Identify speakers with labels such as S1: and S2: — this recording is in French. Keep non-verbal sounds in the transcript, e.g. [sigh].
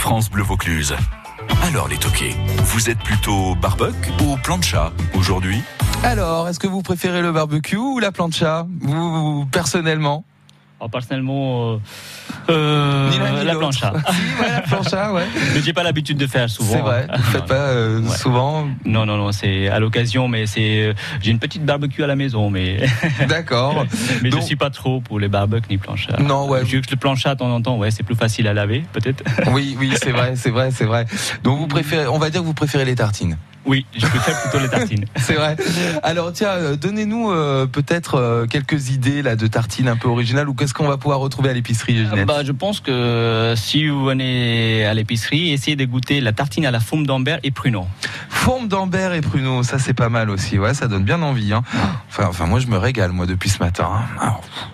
S1: France Bleu Vaucluse. Alors les toqués, vous êtes plutôt barbecue ou plancha aujourd'hui
S2: Alors, est-ce que vous préférez le barbecue ou la plancha vous, vous,
S3: [laughs]
S2: personnellement
S3: Oh, personnellement, euh, euh,
S2: Ni l'un ni
S3: la
S2: l'autre.
S3: plancha. [laughs]
S2: Ouais, la plancha, ouais.
S3: Mais j'ai pas l'habitude de faire souvent. hein.
S2: C'est vrai, vous faites pas euh,
S3: Ouais.
S2: souvent.
S3: Non, non, non, c'est à l'occasion, mais c'est. euh, J'ai une petite barbecue à la maison, mais, [laughs]
S2: D'accord.
S3: mais
S2: Donc-
S3: je suis pas trop pour les barbecues ni plancha.
S2: Non, ouais.
S3: Je veux que le plancha, de temps en temps, ouais, c'est plus facile à laver, peut-être.
S2: Oui, oui, c'est vrai, c'est vrai, c'est vrai. Donc vous préférez, on va dire que vous préférez les tartines.
S3: Oui, je préfère plutôt les [laughs] tartines.
S2: C'est vrai. Alors tiens, euh, donnez-nous euh, peut-être euh, quelques idées là de tartines un peu originales ou qu'est-ce qu'on va pouvoir retrouver à l'épicerie, Ginette
S3: Bah, je pense que si vous venez à l'épicerie, essayez de goûter la tartine à la faume d'ambert et pruneau.
S2: Forme d'ambert et pruneau,
S3: Ah.
S2: ça c'est pas mal aussi. Ouais, ça donne bien envie. hein. Enfin, enfin, moi je me régale moi depuis ce matin. hein. Alors,